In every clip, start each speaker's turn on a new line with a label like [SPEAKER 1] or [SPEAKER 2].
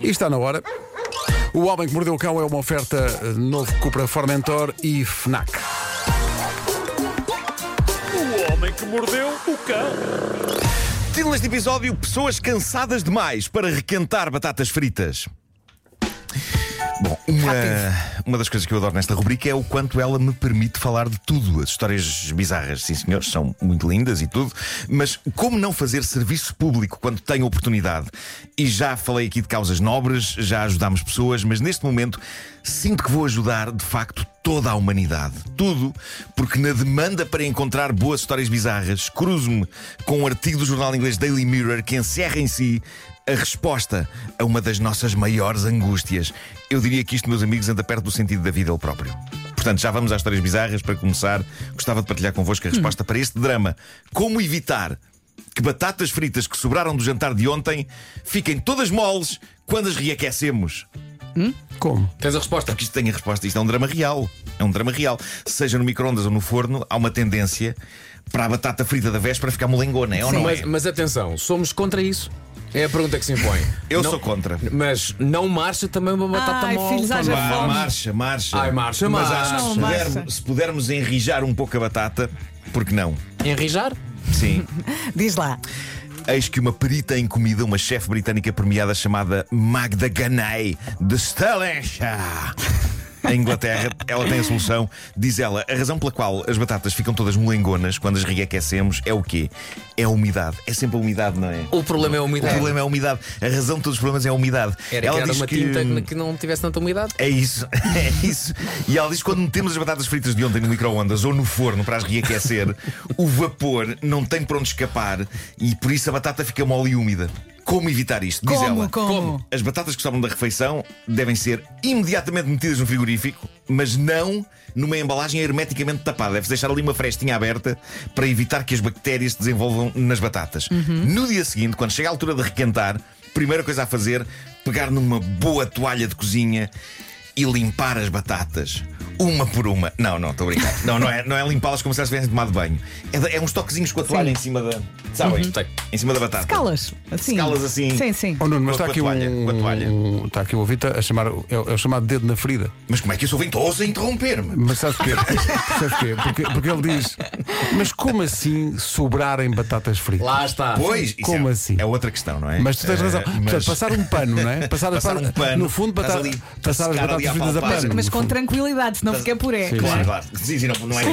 [SPEAKER 1] E está na hora. O Homem que Mordeu o Cão é uma oferta eh, novo Cupra Formentor e FNAC.
[SPEAKER 2] O homem que mordeu o cão.
[SPEAKER 3] Título deste episódio: Pessoas cansadas demais para requentar batatas fritas. Bom, uma, uma das coisas que eu adoro nesta rubrica é o quanto ela me permite falar de tudo. As histórias bizarras, sim senhores, são muito lindas e tudo, mas como não fazer serviço público quando tenho oportunidade? E já falei aqui de causas nobres, já ajudámos pessoas, mas neste momento sinto que vou ajudar de facto toda a humanidade. Tudo porque na demanda para encontrar boas histórias bizarras, cruzo-me com um artigo do jornal inglês Daily Mirror que encerra em si a resposta a uma das nossas maiores angústias. Eu diria que isto, meus amigos, anda perto do sentido da vida ele próprio. Portanto, já vamos às histórias bizarras. Para começar, gostava de partilhar convosco a resposta para este drama. Como evitar que batatas fritas que sobraram do jantar de ontem fiquem todas moles quando as reaquecemos?
[SPEAKER 1] Como?
[SPEAKER 4] Tens a resposta.
[SPEAKER 3] Porque isto tem a resposta, isto é um drama real. É um drama real. Seja no micro-ondas ou no forno, há uma tendência para a batata frita da véspera ficar molengona, é ou não
[SPEAKER 4] Mas,
[SPEAKER 3] é?
[SPEAKER 4] mas atenção, somos contra isso? É a pergunta que se impõe.
[SPEAKER 3] Eu
[SPEAKER 4] Não-
[SPEAKER 3] sou contra.
[SPEAKER 4] Mas não marcha também uma batata
[SPEAKER 5] Ai,
[SPEAKER 4] mole.
[SPEAKER 5] filhos, haja
[SPEAKER 4] também.
[SPEAKER 3] Pá,
[SPEAKER 5] fome.
[SPEAKER 3] marcha, marcha.
[SPEAKER 4] Ai, marcha,
[SPEAKER 3] Mas
[SPEAKER 4] marcha.
[SPEAKER 3] acho que se
[SPEAKER 5] Não,
[SPEAKER 3] pudermos,
[SPEAKER 5] marcha.
[SPEAKER 3] se pudermos enrijar um pouco a batata, porque não?
[SPEAKER 4] Enrijar?
[SPEAKER 3] Sim.
[SPEAKER 5] Diz lá.
[SPEAKER 3] Eis que uma perita em comida, uma chefe britânica premiada chamada Magda Ganay de Stirlingshire. Em Inglaterra, ela tem a solução. Diz ela, a razão pela qual as batatas ficam todas molengonas quando as reaquecemos é o quê? É a umidade. É sempre a umidade, não é?
[SPEAKER 4] O problema é a
[SPEAKER 3] O
[SPEAKER 4] umidade.
[SPEAKER 3] problema é a umidade. A razão de todos os problemas é a umidade.
[SPEAKER 4] Era
[SPEAKER 3] ela
[SPEAKER 4] criar
[SPEAKER 3] diz
[SPEAKER 4] uma
[SPEAKER 3] que...
[SPEAKER 4] tinta que não tivesse tanta umidade.
[SPEAKER 3] É isso, é isso. E ela diz que quando metemos as batatas fritas de ontem no micro-ondas ou no forno para as reaquecer, o vapor não tem para onde escapar e por isso a batata fica mole e úmida. Como evitar isto? Diz
[SPEAKER 5] Como,
[SPEAKER 3] ela.
[SPEAKER 5] como? Como?
[SPEAKER 3] As batatas que sobram da refeição devem ser imediatamente metidas no frigorífico, mas não numa embalagem hermeticamente tapada. Deves deixar ali uma frestinha aberta para evitar que as bactérias se desenvolvam nas batatas. No dia seguinte, quando chega a altura de requentar, primeira coisa a fazer, pegar numa boa toalha de cozinha e limpar as batatas. Uma por uma. Não, não, estou a brincar. Não, não é, não é limpá-las como se elas tivessem tomado banho. É, da- é uns toquezinhos com a toalha em cima da. Sabem?
[SPEAKER 4] Sei.
[SPEAKER 3] Em cima da batata.
[SPEAKER 5] Calas. Assim.
[SPEAKER 3] Escalas assim.
[SPEAKER 5] Sim, sim.
[SPEAKER 1] Oh, Nuno, mas
[SPEAKER 3] Com
[SPEAKER 1] está
[SPEAKER 3] a
[SPEAKER 1] aqui
[SPEAKER 3] toalha,
[SPEAKER 1] um,
[SPEAKER 3] com a toalha.
[SPEAKER 1] um- Está aqui o ouvinte a chamar. É, o- é o chamado dedo na ferida.
[SPEAKER 3] Mas como é que eu sou ventoso a interromper-me?
[SPEAKER 1] Mas sabes porquê? sabes porquê? Porque, porque ele diz: Mas como assim sobrarem batatas fritas?
[SPEAKER 4] Lá está.
[SPEAKER 3] Pois, isso
[SPEAKER 1] Como
[SPEAKER 3] é,
[SPEAKER 1] assim?
[SPEAKER 3] É outra questão, não é?
[SPEAKER 1] Mas tu tens
[SPEAKER 3] Eh,
[SPEAKER 1] razão.
[SPEAKER 3] mas-
[SPEAKER 1] Portanto, passar um pano, não é? Passar, as
[SPEAKER 3] Passar um
[SPEAKER 1] batatas-
[SPEAKER 3] pano,
[SPEAKER 1] No fundo,
[SPEAKER 3] estás
[SPEAKER 1] bata-
[SPEAKER 3] ali,
[SPEAKER 1] passar as
[SPEAKER 3] secar ali
[SPEAKER 1] batatas
[SPEAKER 3] à
[SPEAKER 1] fritas a
[SPEAKER 3] palpada.
[SPEAKER 1] pano.
[SPEAKER 5] Mas
[SPEAKER 1] no
[SPEAKER 5] com
[SPEAKER 1] fundo.
[SPEAKER 5] tranquilidade, senão
[SPEAKER 4] é
[SPEAKER 5] fica puré.
[SPEAKER 1] Sim.
[SPEAKER 3] Claro, claro. Sim, sim, não, não é.
[SPEAKER 5] Não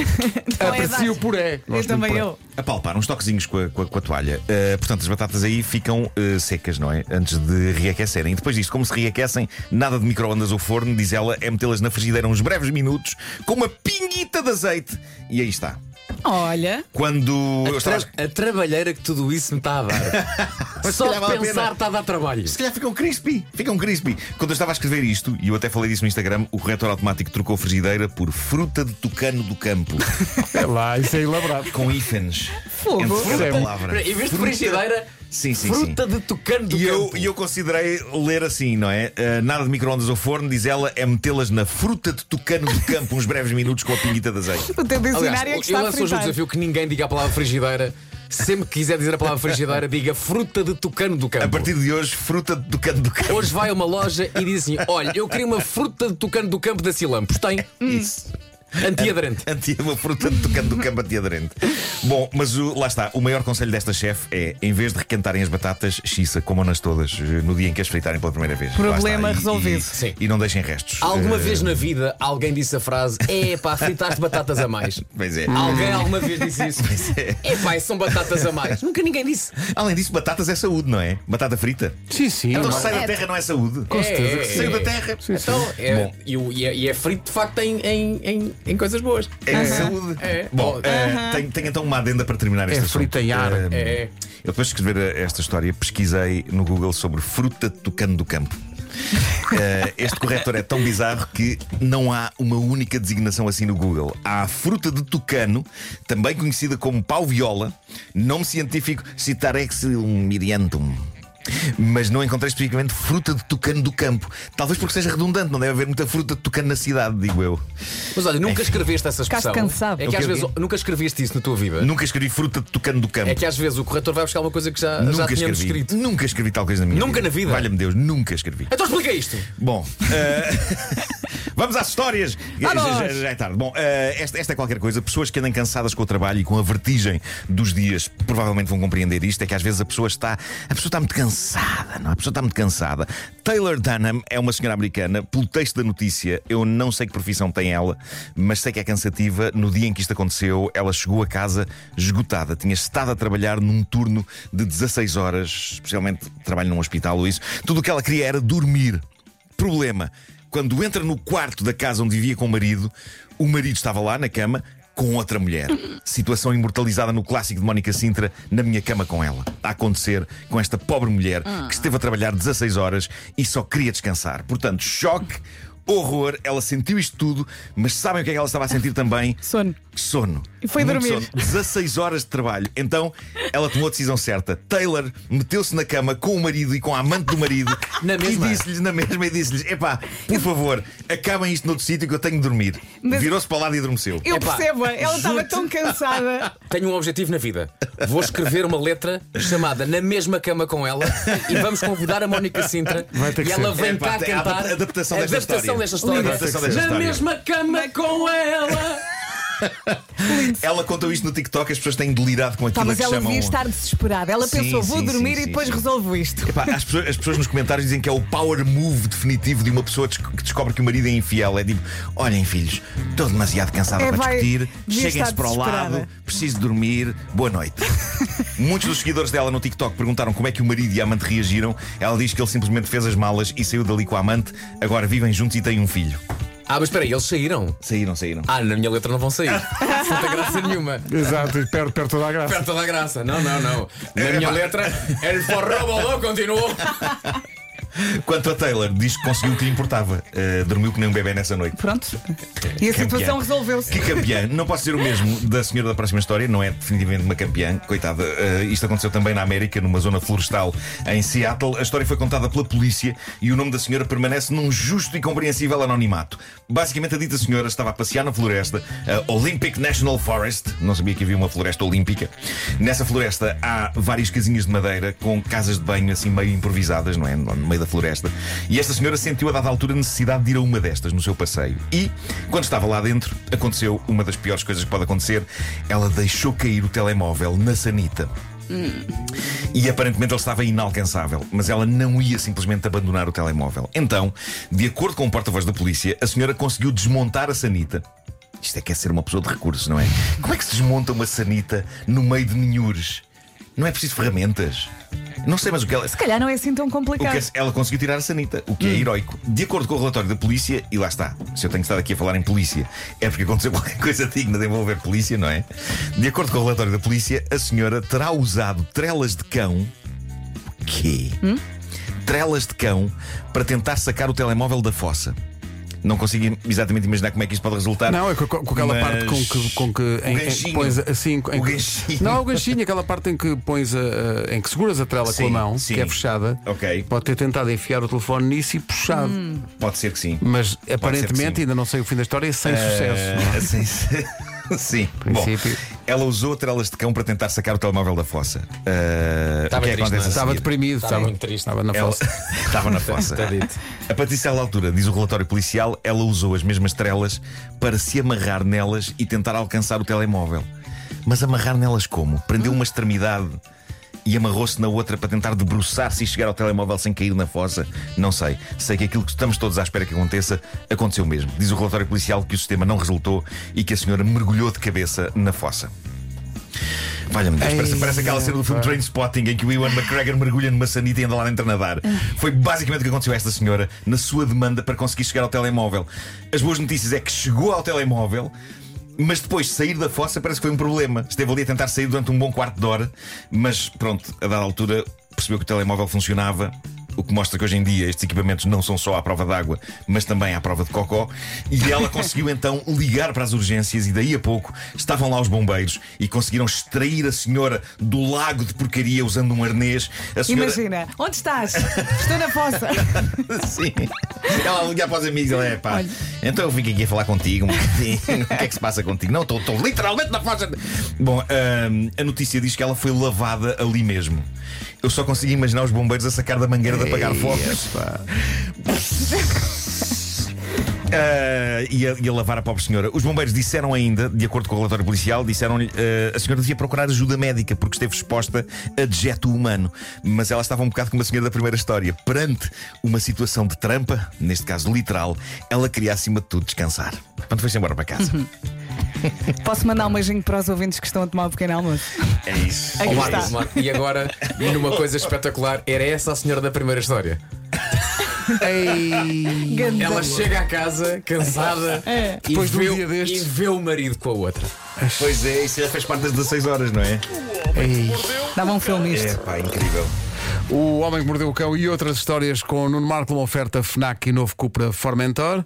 [SPEAKER 1] Aprecio o
[SPEAKER 5] é verdade.
[SPEAKER 1] puré.
[SPEAKER 5] Eu
[SPEAKER 1] Gosto do
[SPEAKER 5] também
[SPEAKER 1] puré.
[SPEAKER 5] eu.
[SPEAKER 3] Apalpar uns toquezinhos com a, com a- com a toalha. Eh, portanto, as batatas aí ficam eh, secas, não é? Antes de reaquecerem. E depois disto, como se reaquecem, nada de micro-ondas ou forno, diz ela, é metê-las na frigideira uns breves minutos com uma pinguita de azeite. E aí está.
[SPEAKER 5] Olha.
[SPEAKER 3] Quando eu
[SPEAKER 4] A, tra
[SPEAKER 3] estava.
[SPEAKER 4] a trabalheira que tudo isso me está a dar. Só
[SPEAKER 3] calhar vale
[SPEAKER 4] de
[SPEAKER 3] a pena.
[SPEAKER 4] pensar está a dar trabalho.
[SPEAKER 3] Se calhar ficam crispy, ficam crispy. Quando eu estava a escrever isto, e eu até falei disso no Instagram, o corretor automático trocou frigideira por fruta de tucano do campo.
[SPEAKER 1] É lá, isso é elaborado.
[SPEAKER 3] com hífenes.
[SPEAKER 5] Fogo.
[SPEAKER 3] Entre
[SPEAKER 1] Sim.
[SPEAKER 3] cada palavra.
[SPEAKER 4] Em vez de frigideira,
[SPEAKER 3] Sim, sim, sim.
[SPEAKER 4] fruta de tocando do
[SPEAKER 3] E eu,
[SPEAKER 4] campo.
[SPEAKER 3] e eu considerei ler assim, não é? Ah, nada de micro-ondas ou forno, diz ela, é metê-las na fruta de tucano do campo uns breves minutos com a pinguita de azeite.
[SPEAKER 5] O teu dicionário
[SPEAKER 4] Aliás,
[SPEAKER 5] é que
[SPEAKER 4] eu
[SPEAKER 5] está a
[SPEAKER 3] um
[SPEAKER 4] lanço hoje o
[SPEAKER 5] fritar.
[SPEAKER 4] desafio que ninguém diga a palavra frigideira. Sempre que quiser dizer a palavra frigideira, diga fruta de tucano do campo.
[SPEAKER 3] A partir de hoje, fruta de tucano do campo.
[SPEAKER 4] Hoje vai a uma loja e diz assim: Olha, eu queria uma fruta de tucano do campo da Silampos. Tem.
[SPEAKER 3] Isso.
[SPEAKER 4] Antiaderente.
[SPEAKER 3] Anti- Uma fruta de tucano do campo antiaderente. Bom, mas o- lá está. O maior conselho desta chefe é, em vez de requentarem as batatas, xiça, comam-nas todas eh, no dia em que as fritarem pela primeira vez. Lá está.
[SPEAKER 5] Problema
[SPEAKER 3] E-
[SPEAKER 5] resolvido.
[SPEAKER 3] E,
[SPEAKER 4] Sim.
[SPEAKER 3] e não deixem restos.
[SPEAKER 4] Alguma
[SPEAKER 3] Eh,
[SPEAKER 4] vez na vida alguém disse a frase: É pá, fritaste batatas a mais.
[SPEAKER 3] Pois é.
[SPEAKER 4] Alguém alguma vez disse isso? É pá, são batatas a mais. Nunca ninguém disse.
[SPEAKER 3] Além disso, batatas é saúde, não é? Batata frita.
[SPEAKER 1] Sim, sim.
[SPEAKER 3] Então
[SPEAKER 1] não é?
[SPEAKER 3] se sai da terra não é saúde.
[SPEAKER 4] Com certeza que sim.
[SPEAKER 3] Saiu da terra.
[SPEAKER 4] Então, é,
[SPEAKER 3] Bom.
[SPEAKER 4] e, o- e é, e é frito de facto em, em, em, em coisas boas.
[SPEAKER 3] É saúde.
[SPEAKER 4] É.
[SPEAKER 3] Bom,
[SPEAKER 4] Uhum.
[SPEAKER 3] eh, tenho, tenho então uma adenda para terminar este assunto.
[SPEAKER 1] frita em ar.
[SPEAKER 3] Eh,
[SPEAKER 4] É.
[SPEAKER 3] Eu depois de escrever esta história pesquisei no Google sobre fruta de tucano do campo. Eh, este corretor é tão bizarro que não há uma única designação assim no Google. Há a fruta de tucano, também conhecida como pau-viola, nome científico Citarexilum miriantum. Mas não encontrei especificamente fruta de tucano do campo. Talvez porque seja redundante, não deve haver muita fruta de tucano na cidade, digo eu.
[SPEAKER 4] Mas olha, nunca escreveste essa
[SPEAKER 5] Ficaste
[SPEAKER 4] expressão.
[SPEAKER 5] cansado.
[SPEAKER 4] É
[SPEAKER 3] É. O
[SPEAKER 4] que
[SPEAKER 3] quê,
[SPEAKER 4] às
[SPEAKER 3] o
[SPEAKER 4] vezes
[SPEAKER 3] quê?
[SPEAKER 4] nunca escreveste isso na tua vida.
[SPEAKER 3] Nunca escrevi fruta de tucano do campo.
[SPEAKER 4] É que às vezes o corretor vai buscar uma coisa que já, já
[SPEAKER 3] Nunca
[SPEAKER 4] tínhamos
[SPEAKER 3] escrevi.
[SPEAKER 4] escrito.
[SPEAKER 3] Nunca escrevi tal coisa na minha
[SPEAKER 4] Nunca
[SPEAKER 3] vida.
[SPEAKER 4] na vida?
[SPEAKER 3] Valha-me Deus, nunca escrevi.
[SPEAKER 4] Então explica isto.
[SPEAKER 3] Bom, eh, vamos às histórias. Já,
[SPEAKER 5] Vamos!
[SPEAKER 3] já- já é tarde. Bom, eh, esta, esta é qualquer coisa. Pessoas que andam cansadas com o trabalho e com a vertigem dos dias provavelmente vão compreender isto. É que às vezes a pessoa está, a pessoa está muito cansada, não? é? A pessoa está muito cansada. Taylor Dunham é uma senhora americana. Pelo texto da notícia, eu não sei que profissão tem ela, mas sei que é cansativa. No dia em que isto aconteceu, ela chegou a casa esgotada. Tinha estado a trabalhar num turno de 16 horas, especialmente trabalho num hospital ou isso. Tudo o que ela queria era dormir. Problema: quando entra no quarto da casa onde vivia com o marido, o marido estava lá na cama com outra mulher. Situação imortalizada no clássico de Mónica Sintra, na minha cama com ela. A acontecer com esta pobre mulher
[SPEAKER 5] Ah.
[SPEAKER 3] que esteve a trabalhar 16 horas e só queria descansar. Portanto, choque, horror, ela sentiu isto tudo, mas sabem o que é que ela estava a sentir também?
[SPEAKER 5] Sono.
[SPEAKER 3] Sono.
[SPEAKER 5] E foi
[SPEAKER 3] Muito
[SPEAKER 5] dormir.
[SPEAKER 3] sono. 16 horas de trabalho. Então, ela tomou a decisão certa. Taylor meteu-se na cama com o marido e com a amante do marido
[SPEAKER 4] Na mesma.
[SPEAKER 3] e disse-lhes na mesma e disse-lhes: epá, por favor, acabem isto noutro sítio que eu tenho de dormir.
[SPEAKER 5] Mas-
[SPEAKER 3] Virou-se para o lado e adormeceu.
[SPEAKER 5] Eu
[SPEAKER 4] Epá,
[SPEAKER 5] percebo, ela estava tão
[SPEAKER 3] é
[SPEAKER 5] cansada.
[SPEAKER 4] Tenho um objetivo na vida. Vou escrever uma letra chamada Na Mesma Cama com Ela e vamos convidar a Mónica Sintra
[SPEAKER 1] Vai ter
[SPEAKER 4] e
[SPEAKER 1] que
[SPEAKER 4] ela
[SPEAKER 1] ser.
[SPEAKER 4] vem
[SPEAKER 3] É,
[SPEAKER 4] cá
[SPEAKER 3] pá, tem a
[SPEAKER 4] cantar
[SPEAKER 3] adap- adaptação desta
[SPEAKER 4] adaptação
[SPEAKER 3] história.
[SPEAKER 4] desta história.
[SPEAKER 3] Adaptação desta
[SPEAKER 4] Na
[SPEAKER 3] história.
[SPEAKER 4] mesma cama com ela.
[SPEAKER 3] Ela contou isto no TikTok, as pessoas têm delirado com
[SPEAKER 5] Tá,
[SPEAKER 3] aquilo
[SPEAKER 5] mas
[SPEAKER 3] que
[SPEAKER 5] ela
[SPEAKER 3] chamam.
[SPEAKER 5] devia estar desesperada. Ela
[SPEAKER 3] Sim,
[SPEAKER 5] pensou, vou
[SPEAKER 3] sim,
[SPEAKER 5] dormir
[SPEAKER 3] sim,
[SPEAKER 5] e
[SPEAKER 3] sim,
[SPEAKER 5] depois
[SPEAKER 3] sim.
[SPEAKER 5] resolvo isto.
[SPEAKER 3] Epá, as, pessoas, as pessoas nos comentários dizem que é o power move definitivo de uma pessoa des- que descobre que o marido é infiel. É tipo: olhem, filhos, estou demasiado cansada
[SPEAKER 5] É,
[SPEAKER 3] para
[SPEAKER 5] vai-
[SPEAKER 3] discutir,
[SPEAKER 5] devia
[SPEAKER 3] cheguem-se
[SPEAKER 5] estar
[SPEAKER 3] para o lado,
[SPEAKER 5] desesperada."
[SPEAKER 3] preciso dormir, boa noite. Muitos dos seguidores dela no TikTok perguntaram como é que o marido e a amante reagiram. Ela diz que ele simplesmente fez as malas e saiu dali com a amante. Agora vivem juntos e têm um filho.
[SPEAKER 4] Ah, mas espera aí, eles saíram.
[SPEAKER 3] Saíram, saíram.
[SPEAKER 4] Ah, na minha letra não vão sair. Não tem graça nenhuma.
[SPEAKER 1] Exato, e perde, perde toda a graça.
[SPEAKER 4] Perto da graça. Não, não, não. Na minha letra, ele forró bolou, continuou.
[SPEAKER 3] Quanto a Taylor, diz que conseguiu o que lhe importava. Uh, dormiu que nem um bebê nessa noite.
[SPEAKER 5] Pronto. E a situação resolveu-se.
[SPEAKER 3] Que campeã. Não posso dizer o mesmo da senhora da próxima história, não é definitivamente uma campeã, coitada. Eh, isto aconteceu também na América, numa zona florestal em Seattle. A história foi contada pela polícia e o nome da senhora permanece num justo e compreensível anonimato. Basicamente, a dita senhora estava a passear na floresta, a Olympic National Forest. Não sabia que havia uma floresta olímpica. Nessa floresta há várias casinhas de madeira com casas de banho assim meio improvisadas, não é? No meio da floresta. E esta senhora sentiu a dada altura a necessidade de ir a uma destas no seu passeio. E, quando estava lá dentro, aconteceu uma das piores coisas que pode acontecer. Ela deixou cair o telemóvel na sanita. E aparentemente ele estava inalcançável, mas ela não ia simplesmente abandonar o telemóvel. Então, de acordo com o porta-voz da polícia, a senhora conseguiu desmontar a sanita. Isto é que é ser uma pessoa de recursos, não é? Como é que se desmonta uma sanita no meio de ninhures? Não é preciso ferramentas. Não sei, mas o que ela.
[SPEAKER 5] Se calhar não é assim tão
[SPEAKER 3] O que
[SPEAKER 5] complicado.
[SPEAKER 3] é- ela conseguiu tirar a sanita, o que é heroico. De acordo com o relatório da polícia, e lá está, se eu tenho estado aqui a falar em polícia, é porque aconteceu qualquer coisa digna de envolver polícia, não é? De acordo com o relatório da polícia, a senhora terá usado trelas de cão. O quê? Trelas de cão para tentar sacar o telemóvel da fossa. Não consigo exatamente imaginar como é que isto pode resultar.
[SPEAKER 1] Não, é com, com aquela
[SPEAKER 3] mas-
[SPEAKER 1] parte com que, com que
[SPEAKER 3] O
[SPEAKER 1] em- em-
[SPEAKER 3] ganchinho.
[SPEAKER 1] pões assim. em-
[SPEAKER 3] O ganchinho.
[SPEAKER 1] Não, o ganchinho, aquela parte em que pões a, a- em que seguras a trela com a
[SPEAKER 3] Sim,
[SPEAKER 1] mão,
[SPEAKER 3] sim.
[SPEAKER 1] que é fechada.
[SPEAKER 3] Ok.
[SPEAKER 1] Pode ter tentado enfiar o telefone nisso e puxado.
[SPEAKER 3] Pode ser que sim.
[SPEAKER 1] Mas
[SPEAKER 3] sim.
[SPEAKER 1] aparentemente, ainda não sei o fim da história, sem sucesso. não é?
[SPEAKER 3] Ah, sim, sim. Sim. Bom,
[SPEAKER 1] Princípio.
[SPEAKER 3] ela usou trelas de cão para tentar sacar o telemóvel da fossa. Ah,
[SPEAKER 4] Estava
[SPEAKER 3] o que é
[SPEAKER 4] triste,
[SPEAKER 3] que acontece
[SPEAKER 4] não é?
[SPEAKER 3] a
[SPEAKER 1] Estava
[SPEAKER 3] seguir?
[SPEAKER 1] deprimido,
[SPEAKER 4] Estava muito triste.
[SPEAKER 1] Estava na
[SPEAKER 3] Ela-
[SPEAKER 1] fossa. Tá
[SPEAKER 3] Estava na fossa. A Patrícia altura, diz o relatório policial, ela usou as mesmas trelas para se amarrar nelas e tentar alcançar o telemóvel. Mas amarrar nelas como? Prendeu uma extremidade e amarrou-se na outra para tentar debruçar-se e chegar ao telemóvel sem cair na fossa? Não sei. Sei que aquilo que estamos todos à espera que aconteça aconteceu mesmo. Diz o relatório policial que o sistema não resultou e que a senhora mergulhou de cabeça na fossa. Valha-me Deus, parece,
[SPEAKER 1] Ei,
[SPEAKER 3] parece aquela cena do filme Train Spotting em que o Ewan McGregor mergulha numa sanita e anda lá dentro a nadar. Foi basicamente o que aconteceu a esta senhora na sua demanda para conseguir chegar ao telemóvel. As boas notícias é que chegou ao telemóvel. Mas depois de sair da fossa parece que foi um problema. Esteve ali a tentar sair durante um bom quarto de hora, mas pronto, a dada altura percebeu que o telemóvel funcionava o que mostra que hoje em dia estes equipamentos não são só à prova d'água, mas também à prova de cocó. E ela conseguiu então ligar para as urgências e daí a pouco estavam lá os bombeiros e conseguiram extrair a senhora do lago de porcaria usando um arnês. A senhora...
[SPEAKER 5] Imagina, onde estás? Estou na fossa.
[SPEAKER 3] Sim. Ela ligar para os amigos, ela é pá. Então eu vim aqui a falar contigo um bocadinho. o que é que se passa contigo? Não, estou estou literalmente na fossa. Bom, ahm, a notícia diz que ela foi lavada ali mesmo. Eu só consigo imaginar os bombeiros a sacar da mangueira de apagar fogos. Ah, e, a, e a lavar a pobre senhora. Os bombeiros disseram ainda, de acordo com o relatório policial, disseram-lhe ah, a senhora devia procurar ajuda médica porque esteve exposta a dejeto humano. Mas ela estava um bocado como a senhora da primeira história. Perante uma situação de trampa, neste caso literal, ela queria acima de tudo descansar. Portanto, foi-se embora para casa.
[SPEAKER 5] Uhum. Posso mandar um beijinho para os ouvintes que estão a tomar o pequeno almoço?
[SPEAKER 3] É isso.
[SPEAKER 5] Aqui
[SPEAKER 4] Olá,
[SPEAKER 5] está.
[SPEAKER 4] Guzmán. E agora, numa coisa espetacular, era essa a senhora da primeira história.
[SPEAKER 5] Ganda.
[SPEAKER 4] Ela chega à casa cansada
[SPEAKER 5] É.
[SPEAKER 4] e,
[SPEAKER 1] Depois de um
[SPEAKER 4] vê,
[SPEAKER 1] dia destes.
[SPEAKER 4] e vê o marido com a outra.
[SPEAKER 3] Pois é, isso já fez parte das 16 horas, não é?
[SPEAKER 5] Dava um filme
[SPEAKER 3] É
[SPEAKER 5] isto.
[SPEAKER 3] pá, incrível.
[SPEAKER 1] O Homem que Mordeu o Cão e outras histórias com o Nuno Marco, uma oferta FNAC e novo Cupra Formentor.